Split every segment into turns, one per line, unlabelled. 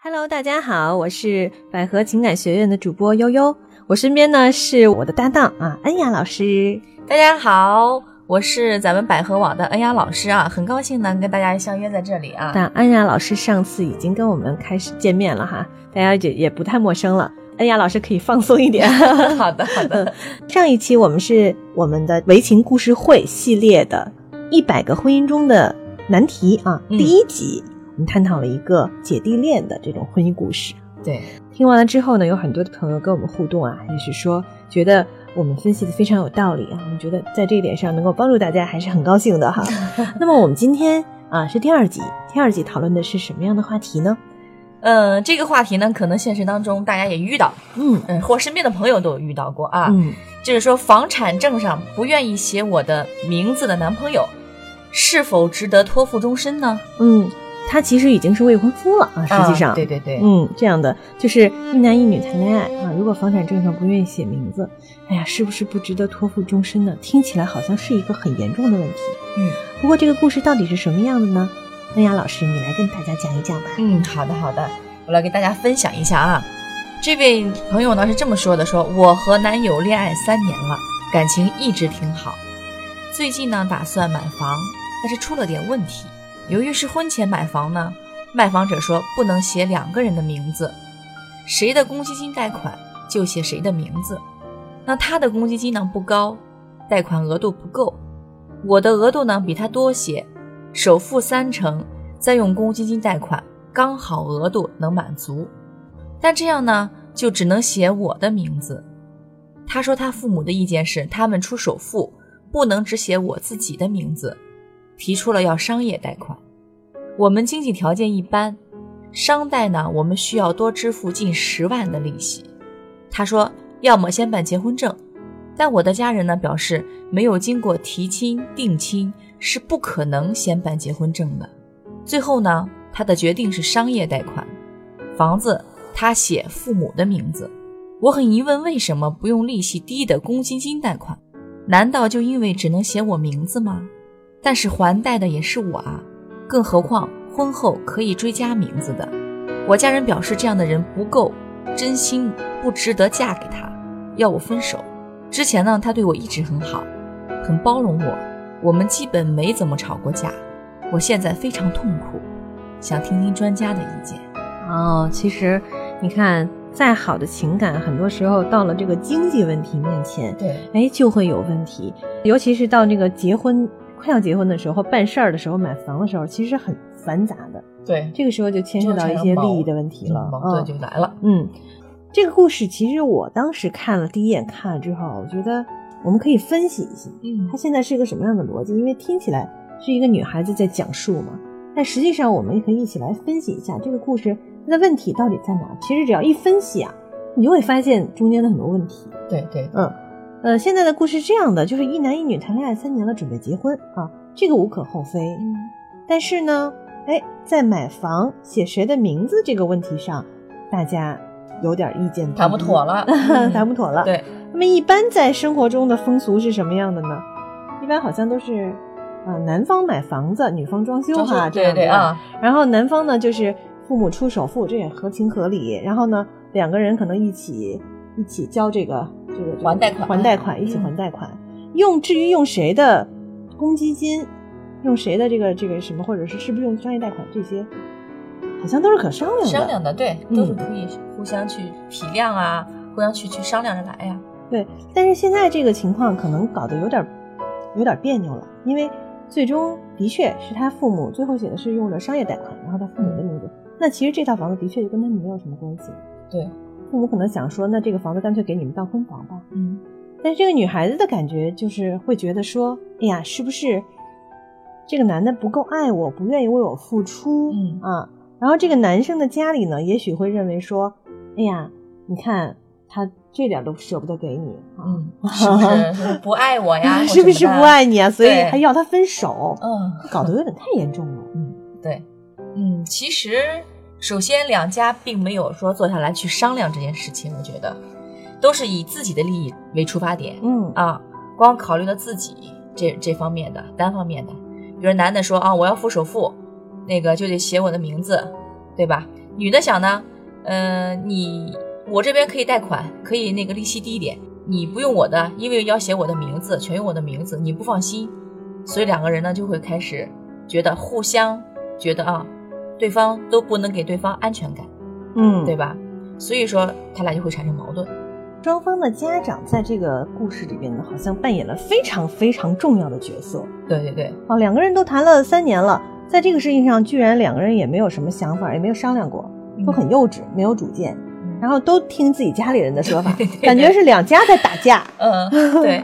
Hello，大家好，我是百合情感学院的主播悠悠，我身边呢是我的搭档啊，恩雅老师。
大家好，我是咱们百合网的恩雅老师啊，很高兴能跟大家相约在这里啊。
但恩雅老师上次已经跟我们开始见面了哈，大家也也不太陌生了。恩雅老师可以放松一点。嗯
好的，好 的，
上一期我们是我们的围情故事会系列的一百个婚姻中的难题啊，
嗯
第一集、我们探讨了一个姐弟恋的这种婚姻故事。
对，
听完了之后呢，有很多的朋友跟我们互动啊，也是说觉得我们分析的非常有道理啊，我们觉得在这一点上能够帮助大家，还是很高兴的哈。那么我们今天啊是第二集，第二集讨论的是什么样的话题呢？
呃，这个话题呢，可能现实当中大家也遇到，
嗯
嗯、或身边的朋友都有遇到过啊。
嗯
就是说，房产证上不愿意写我的名字的男朋友，是否值得托付终身呢？
嗯，他其实已经是未婚夫了啊，实际上、
啊对对对，
嗯，这样的就是一男一女谈恋爱啊，如果房产证上不愿意写名字，哎呀，是不是不值得托付终身呢？听起来好像是一个很严重的问题。
嗯
不过这个故事到底是什么样的呢？恩雅老师，你来跟大家讲一讲吧。
嗯，好的好的，我来给大家分享一下啊。这位朋友呢是这么说的：说我和男友恋爱三年了，感情一直挺好。最近呢打算买房，但是出了点问题。由于是婚前买房呢，卖房者说不能写两个人的名字，谁的公积金贷款就写谁的名字。那他的公积金呢不高，贷款额度不够，我的额度呢比他多些，首付三成，再用公积金贷款，刚好额度能满足。但这样呢，就只能写我的名字。他说他父母的意见是，他们出首付，不能只写我自己的名字，提出了要商业贷款。我们经济条件一般，商贷呢，我们需要多支付近十万的利息。他说，要么先办结婚证，但我的家人呢表示，没有经过提亲定亲是不可能先办结婚证的。最后呢，他的决定是商业贷款，房子他写父母的名字。我很疑问，为什么不用利息低的公积金贷款？难道就因为只能写我名字吗？但是还贷的也是我啊，更何况婚后可以追加名字的。我家人表示这样的人不够真心，不值得嫁给他，要我分手。之前呢，他对我一直很好，很包容我，我们基本没怎么吵过架。我现在非常痛苦，想听听专家的意见。
哦，其实你看，再好的情感，很多时候到了这个经济问题面前，
对，
哎，就会有问题。尤其是到这个结婚快要结婚的时候，办事儿的时候，买房的时候，其实很繁杂的。
对，
这个时候就牵涉到一些利益的问题了。
矛
嗯
盾就来了。
嗯，这个故事其实我当时看了第一眼看了之后，我觉得我们可以分析一下，
嗯
它现在是一个什么样的逻辑？因为听起来是一个女孩子在讲述嘛，但实际上我们也可以一起来分析一下这个故事它的问题到底在哪。其实只要一分析啊，你就会发现中间的很多问题。
对对，
嗯，呃，现在的故事是这样的，就是一男一女谈恋爱三年了，准备结婚啊，这个无可厚非。
嗯
但是呢，哎，在买房写谁的名字这个问题上，大家有点意见
谈不妥
了，，
了
谈不妥了。
嗯。对，
那么一般在生活中的风俗是什么样的呢？一般好像都是，啊、男方买房子，女方装修
都
哈，
是
这
对
样
对
的。
啊，
然后男方呢，就是父母出首付，这也合情合理。然后呢，两个人可能一起一起交这个这个这个
还贷款嗯
还贷款，一起还贷款。用至于用谁的公积金，用谁的这个这个什么，或者是是不是用商业贷款，这些好像都是可商量的。
商量的对，
嗯
都是可以互相去体谅啊，互相去去商量着来呀。
对，但是现在这个情况可能搞得有点儿有点儿别扭了，因为最终的确是他父母最后写的是用了商业贷款，然后他父母的名字。那其实这套房子的确就跟他们没有什么关系。
嗯对，
父母可能想说，那这个房子干脆给你们当婚房吧。
嗯，
但是这个女孩子的感觉就是会觉得说，哎呀，是不是这个男的不够爱我，不愿意为我付出？
嗯
啊，然后这个男生的家里呢，也许会认为说，哎呀，你看他这点儿都舍不得给你啊，
嗯，是不是是不是 不爱我 呀？或
是不是
什
不
么的？
爱你啊？所以
对
还要他分手，
嗯，
搞得有点太严重了。
对，嗯，其实首先两家并没有说坐下来去商量这件事情，我觉得都是以自己的利益为出发点
嗯
啊，光考虑了自己这这方面的单方面的，比如男的说啊，我要付首付，那个就得写我的名字，对吧？女的想呢，呃，你我这边可以贷款，可以那个利息低一点，你不用我的，因为要写我的名字，全用我的名字，你不放心，所以两个人呢就会开始觉得互相觉得啊，对方都不能给对方安全感，
嗯
对
对，
吧？所以说他俩就会产生矛盾。
双方的家长在这个故事里边呢，好像扮演了非常非常重要的角色
对对对，
哦。两个人都谈了三年了，在这个事情上，居然两个人也没有什么想法，也没有商量过，都很幼稚，没有主见，
嗯，
然后都听自己家里人的 说法，
对对对
感觉是两家在打架。
嗯，对，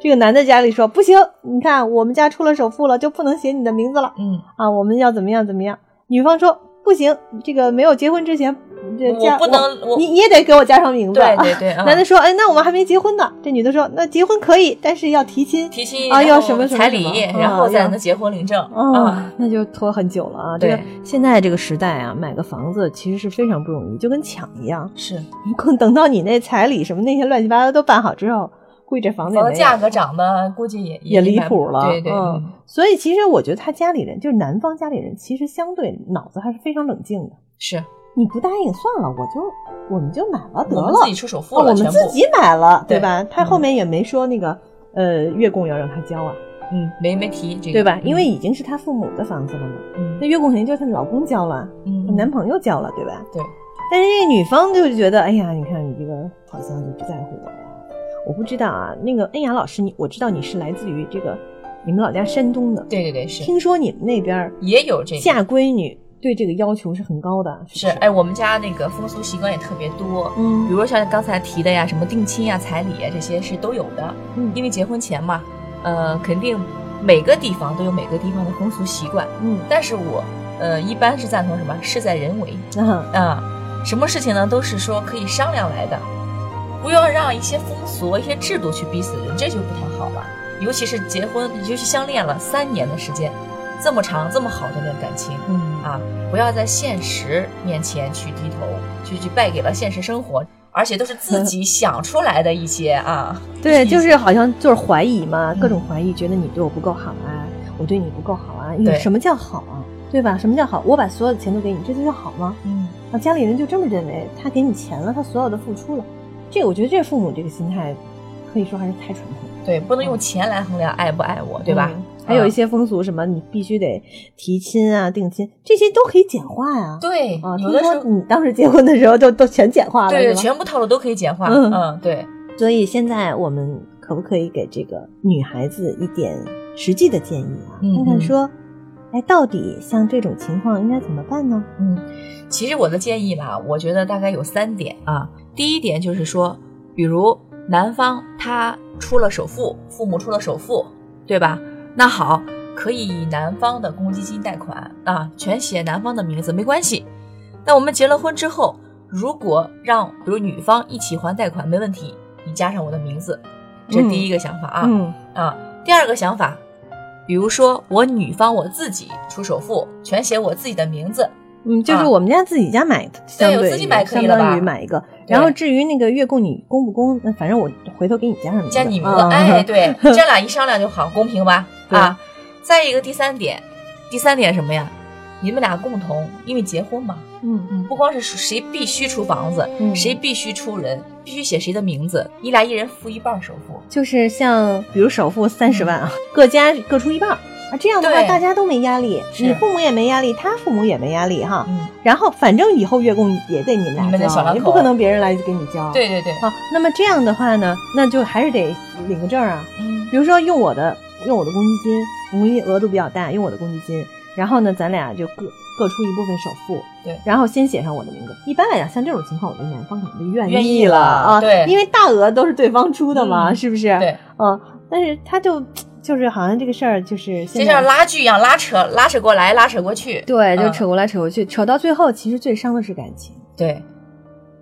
这个男的家里说不行，你看我们家出了首付了，就不能写你的名字了
嗯，
啊，我们要怎么样怎么样。女方说不行，这个没有结婚之前，这
我
家
不能，我
你你也得给我加上名字。
对对 对，啊
男的说，哎，那我们还没结婚呢。这女的说，那结婚可以，但是要提亲。
提亲
啊
然
要
后
什么什么
彩
什么
礼，
啊
然后再
要
能结婚领证啊。
啊，那就拖很久了啊！这个
对
现在这个时代啊，买个房子其实是非常不容易，就跟抢一样。
是，
更等到你那彩礼什么那些乱七八糟都办好之后，估计这房子也
房
没
子
有
价格涨的估计也
也离
买不
谱了。
对对，
嗯
嗯，
所以其实我觉得他家里人，就是男方家里人，其实相对脑子还是非常冷静的。
是
你不答应算了，我就我们就买了得
我
了，
们自己出首付
哦
了，
我们
全
自
部，
己买了，对
对
吧？他
嗯
后面也没说那个。呃，月供要让他交啊，
嗯，没没提这个，
对吧？
嗯
因为已经是他父母的房子了嘛，
嗯
那月供肯定就是她老公交了，
嗯
她男朋友交了，对吧？
对。
但是这个女方就觉得，哎呀，你看你这个好像就不在乎我了。我不知道啊，那个恩雅老师，你我知道你是来自于这个你们老家山东的，
对对对是
听说你们那边儿
也有这个
嫁闺女对这个要求是很高的，
是
不
哎，，我们家那个风俗习惯也特别多。比
嗯
如像刚才提的呀，什么定亲呀、彩礼呀，这些是都有的。
嗯
因为结婚前嘛，呃，肯定每个地方都有每个地方的风俗习惯。
嗯
但是我呃一般是赞同什么事在人为
啊
啊、什么事情呢都是说可以商量来的，不要让一些风俗、一些制度去逼死人，这就不太好了。尤其是结婚，尤其相恋了三年的时间，这么长、这么好的一段感情
嗯
啊，不要在现实面前去低头，去去败给了现实生活，而且都是自己想出来的一些啊，
对，就是好像就是怀疑嘛，
嗯
各种怀疑，觉得你对我不够好啊，我对你不够好啊，有
对
什么叫好啊？对吧？什么叫好？我把所有的钱都给你，这就叫好吗？
嗯，
啊，家里人就这么认为，他给你钱了，他所有的付出了，这我觉得这父母这个心态，可以说还是太传统了，
对，不能用钱来衡量爱不爱我，对吧？
嗯还有一些风俗，什么你必须得提亲啊、定亲，这些都可以简化呀、
对，
啊，
有
听
的时
说
候
你当时结婚的时候就都全简化了，
对，
是吧
全部套路都可以简化。
嗯
嗯对，
所以现在我们可不可以给这个女孩子一点实际的建议啊？
嗯
看看说，哎，到底像这种情况应该怎么办呢？
嗯，其实我的建议吧，我觉得大概有三点啊。第一点就是说，比如男方他出了首付，父母出了首付，对吧？那好，可以以男方的公积金贷款啊，全写男方的名字没关系。那我们结了婚之后，如果让比如女方一起还贷款没问题，你加上我的名字，这是第一个想法啊。
嗯
啊。第二个想法，比如说我女方我自己出首付，全写我自己的名字，
嗯，就是
啊
我们家自己家买，相
我
对于
自己买可以
相
了吧
当于买一个。然后至于那个月供你供不供，那反正我回头给你加上名字
加你名字
啊。
哎，对，这俩一商量就好，公平吧？
对
啊，再一个第三点，第三点什么呀？你们俩共同，因为结婚嘛，
嗯
嗯，不光是谁必须出房子，
嗯
谁必须出人，必须写谁的名字，你俩一人付一半首付。
就是像比如首付三十万啊，各家各出一半儿啊，这样的话
对
大家都没压力，
是
你父母也没压力，他父母也没压力哈。
嗯，
然后反正以后月供也得你们
你
俩
们得小
交，
两
也
口
不可能别人来给你交。
对对对，
啊，那么这样的话呢，那就还是得领个证啊。
嗯
比如说用我的用我的公积金，我公积金额度比较大，用我的公积金，然后呢，咱俩就各各出一部分首付，
对
然后先写上我的名字。一般来讲，像这种情况，我们男方可能就愿
愿
意
意
了
了
啊，
对
因为大额都是对方出的嘛，
嗯
是不是？，
对，
嗯，但是他就就是好像这个事儿就是
就
现在
像拉锯一样拉扯，拉扯过来，拉扯过去。
对，就
嗯
扯过来扯过去，扯到最后，其实最伤的是感情。
对，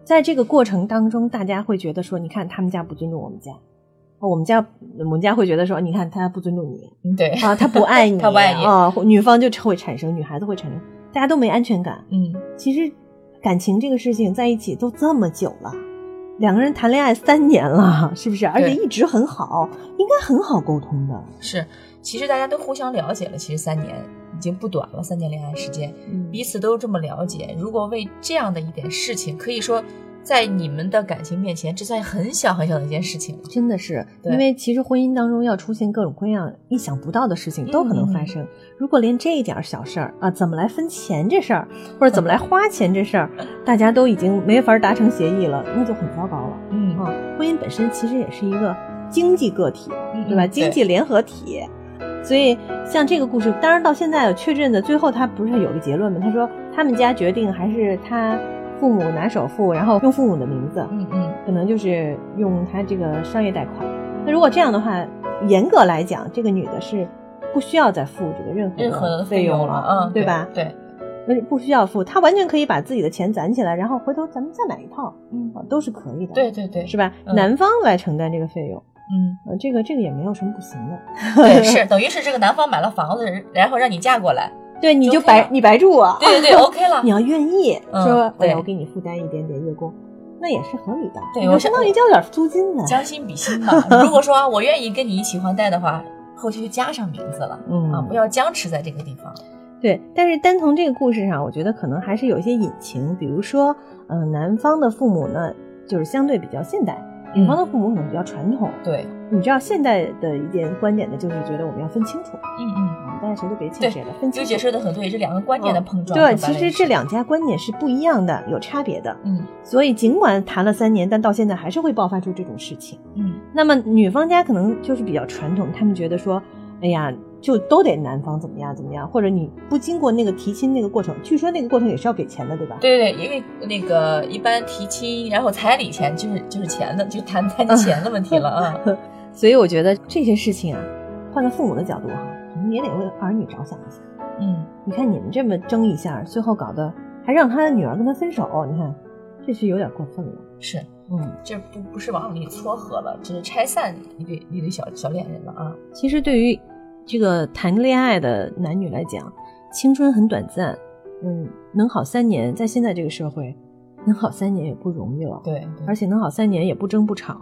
在这个过程当中，大家会觉得说，你看他们家不尊重我们家，哦我们家我们家会觉得说，你看他不尊重你
嗯对，
啊，他不爱 你，
他不爱你
啊，女方就会产生，女孩子会产生，大家都没安全感。
嗯，
其实感情这个事情在一起都这么久了，两个人谈恋爱三年了，是不是？而且一直很好，应该很好沟通的。
是，其实大家都互相了解了，其实三年，已经不短了，三年恋爱时间，
嗯
彼此都这么了解，如果为这样的一点事情，可以说在你们的感情面前，这算很小很小的一件事情了。
真的是，
对
因为其实婚姻当中要出现各种各样意想不到的事情都可能发
嗯
生。如果连这一点小事儿啊，怎么来分钱这事儿，或者怎么来花钱这事儿，大家都已经没法达成协议了，那就很糟糕了
嗯
啊、婚姻本身其实也是一个经济个体，
嗯
对吧？经济联合体。所以，像这个故事，当然到现在有确认的，最后他不是有个结论吗？他说他们家决定还是他父母拿首付，然后用父母的名字，
嗯嗯
可能就是用他这个商业贷款。那如果这样的话，严格来讲，这个女的是不需要再付这个任何
任何的费
用
用了，嗯，
对吧？
对，
而且不需要付，她完全可以把自己的钱攒起来，然后回头咱们再买一套，
嗯
啊，都是可以的，
对对对，
是吧？
嗯
男方来承担这个费用，
嗯，
呃，这个这个也没有什么不行的，
对，是等于是这个男方买了房子，然后让你嫁过来，
对，你就
就这样
白你白住啊，
对 对对，OK 了
你，要愿意
嗯
说，哎
对
呀，我给你负担一点点月供，那也是合理的，
对
你
我
就是相当于交点租金呗，
将心比心嘛。如果说啊我愿意跟你一起还贷的话，后期就加上名字了
嗯
啊，不要僵持在这个地方。
对，但是单从这个故事上，我觉得可能还是有一些隐情，比如说，嗯、南方的父母呢，就是相对比较现代，北方的父母可能比较传统。
对，
你知道现代的一件观点呢，就是觉得我们要分清楚，
嗯嗯，
啊，大家谁都别欠
对
谁了，分清楚
就解。释的很对，这两个观念的碰撞。
哦对，
说
其
白了
实
也
这
是，
两家观点是不一样的，有差别的。
嗯
所以尽管谈了三年，但到现在还是会爆发出这种事情。
嗯
那么女方家可能就是比较传统，他们觉得说，哎呀，就都得男方怎么样怎么样，或者你不经过那个提亲那个过程，据说那个过程也是要给钱的，对吧？
对对对，因为那个一般提亲，然后彩礼钱就是就是钱的，就谈谈钱的问题 了啊。
所以我觉得这些事情啊，换到父母的角度哈、可能也得为儿女着想一下。
嗯，
你看你们这么争一下，最后搞得还让他的女儿跟他分手，你看这是有点过分了。
是，
嗯，
这不不是往里撮合了，只是拆散一对一对小小恋人了啊。
其实对于这个谈恋爱的男女来讲，青春很短暂，嗯，能好三年，在现在这个社会，能好三年也不容易了。
对，对
而且能好三年也不争不吵，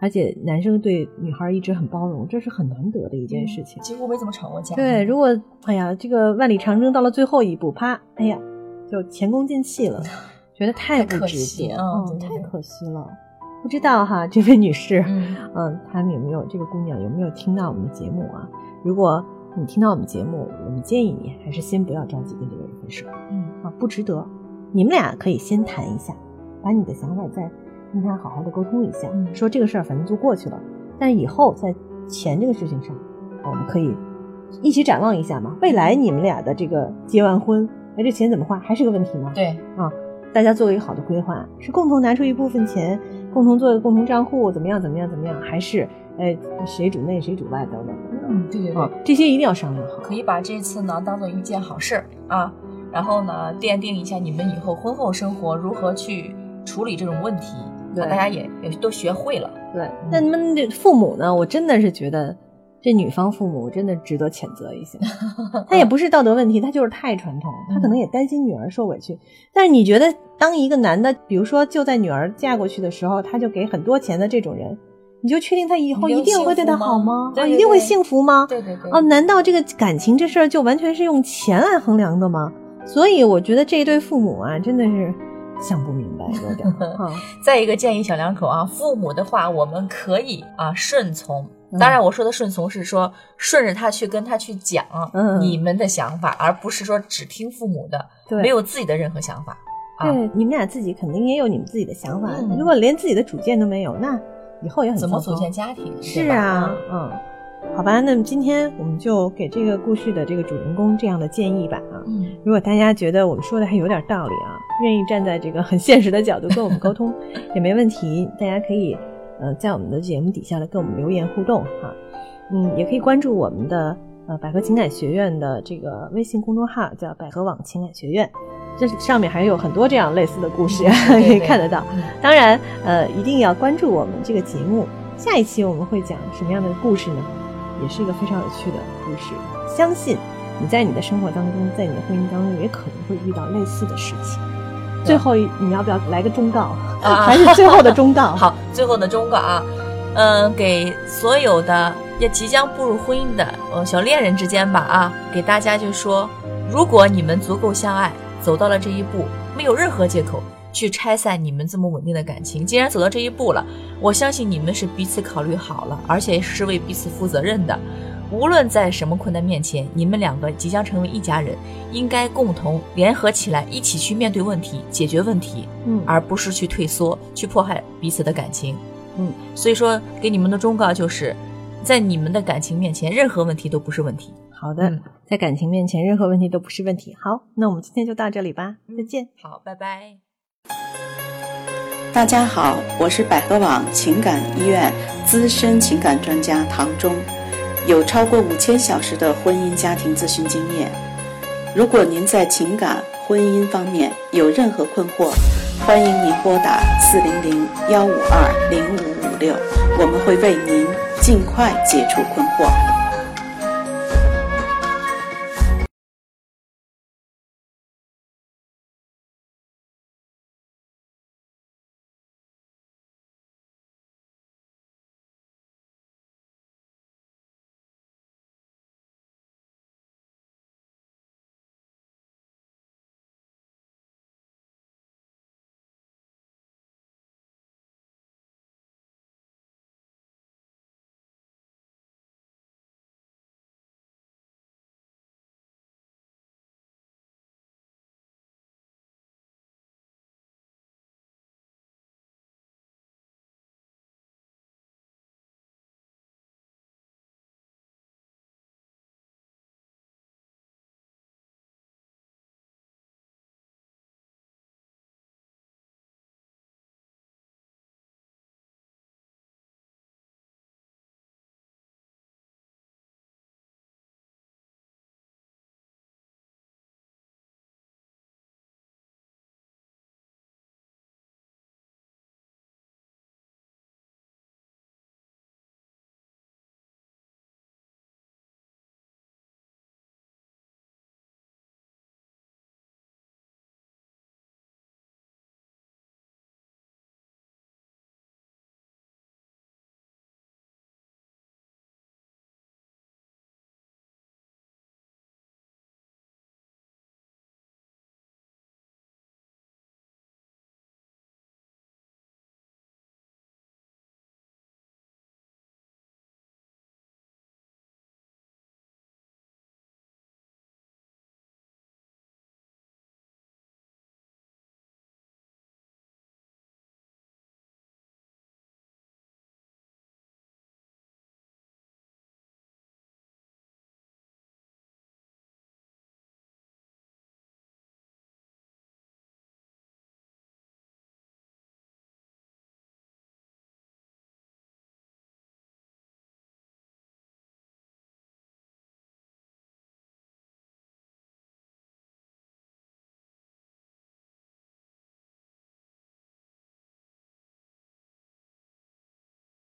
而且男生对女孩一直很包容，这是很难得的一件事情。
几乎没怎么吵过架。
对，如果哎呀，这个万里长征到了最后一步，啪，哎呀，就前功尽弃 了，觉得太不
太可
值
惜
得，
啊
嗯，太
对对对
可惜了。不知道哈，这位女士，
嗯，
嗯，他们有没有这个姑娘有没有听到我们的节目啊？如果你听到我们节目，我们建议你还是先不要着急跟这个人分手，
嗯
啊，不值得。你们俩可以先谈一下，把你的想法再跟他好好的沟通一下，
嗯
说这个事儿反正就过去了，但以后在钱这个事情上，我们可以一起展望一下嘛。未来你们俩的这个结完婚，哎，这钱怎么花还是个问题吗？
对，
大家做一个好的规划，是共同拿出一部分钱，共同做一个共同账户，怎么样怎么样怎么样，还是哎谁主内谁主外等等
嗯对对对
啊，，这些一定要商量好。
可以把这次呢当做一件好事儿啊，然后呢奠定一下你们以后婚后生活如何去处理这种问题，
对
啊大家也也都学会了。
对，那你们这父母呢？我真的是觉得这女方父母真的值得谴责一 下。他也不是道德问题，他就是太传统了，他
嗯
可能也担心女儿受委屈。但是你觉得，当一个男的，比如说就在女儿嫁过去的时候，他就给很多钱的这种人，你就确定他以后
你就
一定会对他
幸福吗
好吗？
对
啊
对
一定会
对
幸福吗？
对对对
哦，难道这个感情这事儿就完全是用钱来衡量的吗？所以我觉得这一对父母啊，真的是想不明白，有点儿 啊。
再一个建议小两口啊，父母的话我们可以啊顺从。
嗯
当然，我说的顺从是说顺着他去跟他去讲
嗯
你们的想法，而不是说只听父母的，
对，
没有自己的任何想法。啊
对，你们俩自己肯定也有你们自己的想法。
嗯
如果连自己的主见都没有，那以后也很
怎么
糟
组
糕
建家庭？
嗯是
对吧
啊，，嗯，好吧，那么今天我们就给这个故事的这个主人公这样的建议吧啊。
嗯，
如果大家觉得我们说的还有点道理啊，愿意站在这个很现实的角度跟我们沟通也没问题，大家可以呃在我们的节目底下来跟我们留言互动哈、嗯，也可以关注我们的呃百合情感学院的这个微信公众号，叫百合网情感学院，这上面还有很多这样类似的故事啊 可
对
以
对
看得到。
嗯
当然，呃，一定要关注我们这个节目。下一期我们会讲什么样的故事呢？也是一个非常有趣的故事。相信你在你的生活当中，在你的婚姻当中，也可能会遇到类似的事情。最后，你要不要来个忠告？
啊
还是最后的忠告？
呃好，最后的忠告啊，嗯、给所有的也即将步入婚姻的呃小恋人之间吧啊，给大家就说，如果你们足够相爱，走到了这一步，没有任何借口去拆散你们这么稳定的感情。既然走到这一步了，我相信你们是彼此考虑好了，而且是为彼此负责任的。无论在什么困难面前，你们两个即将成为一家人，应该共同联合起来，一起去面对问题、解决问题，
嗯
而不是去退缩、去迫害彼此的感情。
嗯，
所以说给你们的忠告就是，在你们的感情面前，任何问题都不是问题。
好的，
嗯
在感情面前，任何问题都不是问题。好，那我们今天就到这里吧，再见。
好，拜拜。
大家好，我是百合网情感医院资深情感专家唐忠，有超过五千小时的婚姻家庭咨询经验。如果您在情感、婚姻方面有任何困惑，欢迎您拨打四零零幺五二零五五六，我们会为您尽快解除困惑。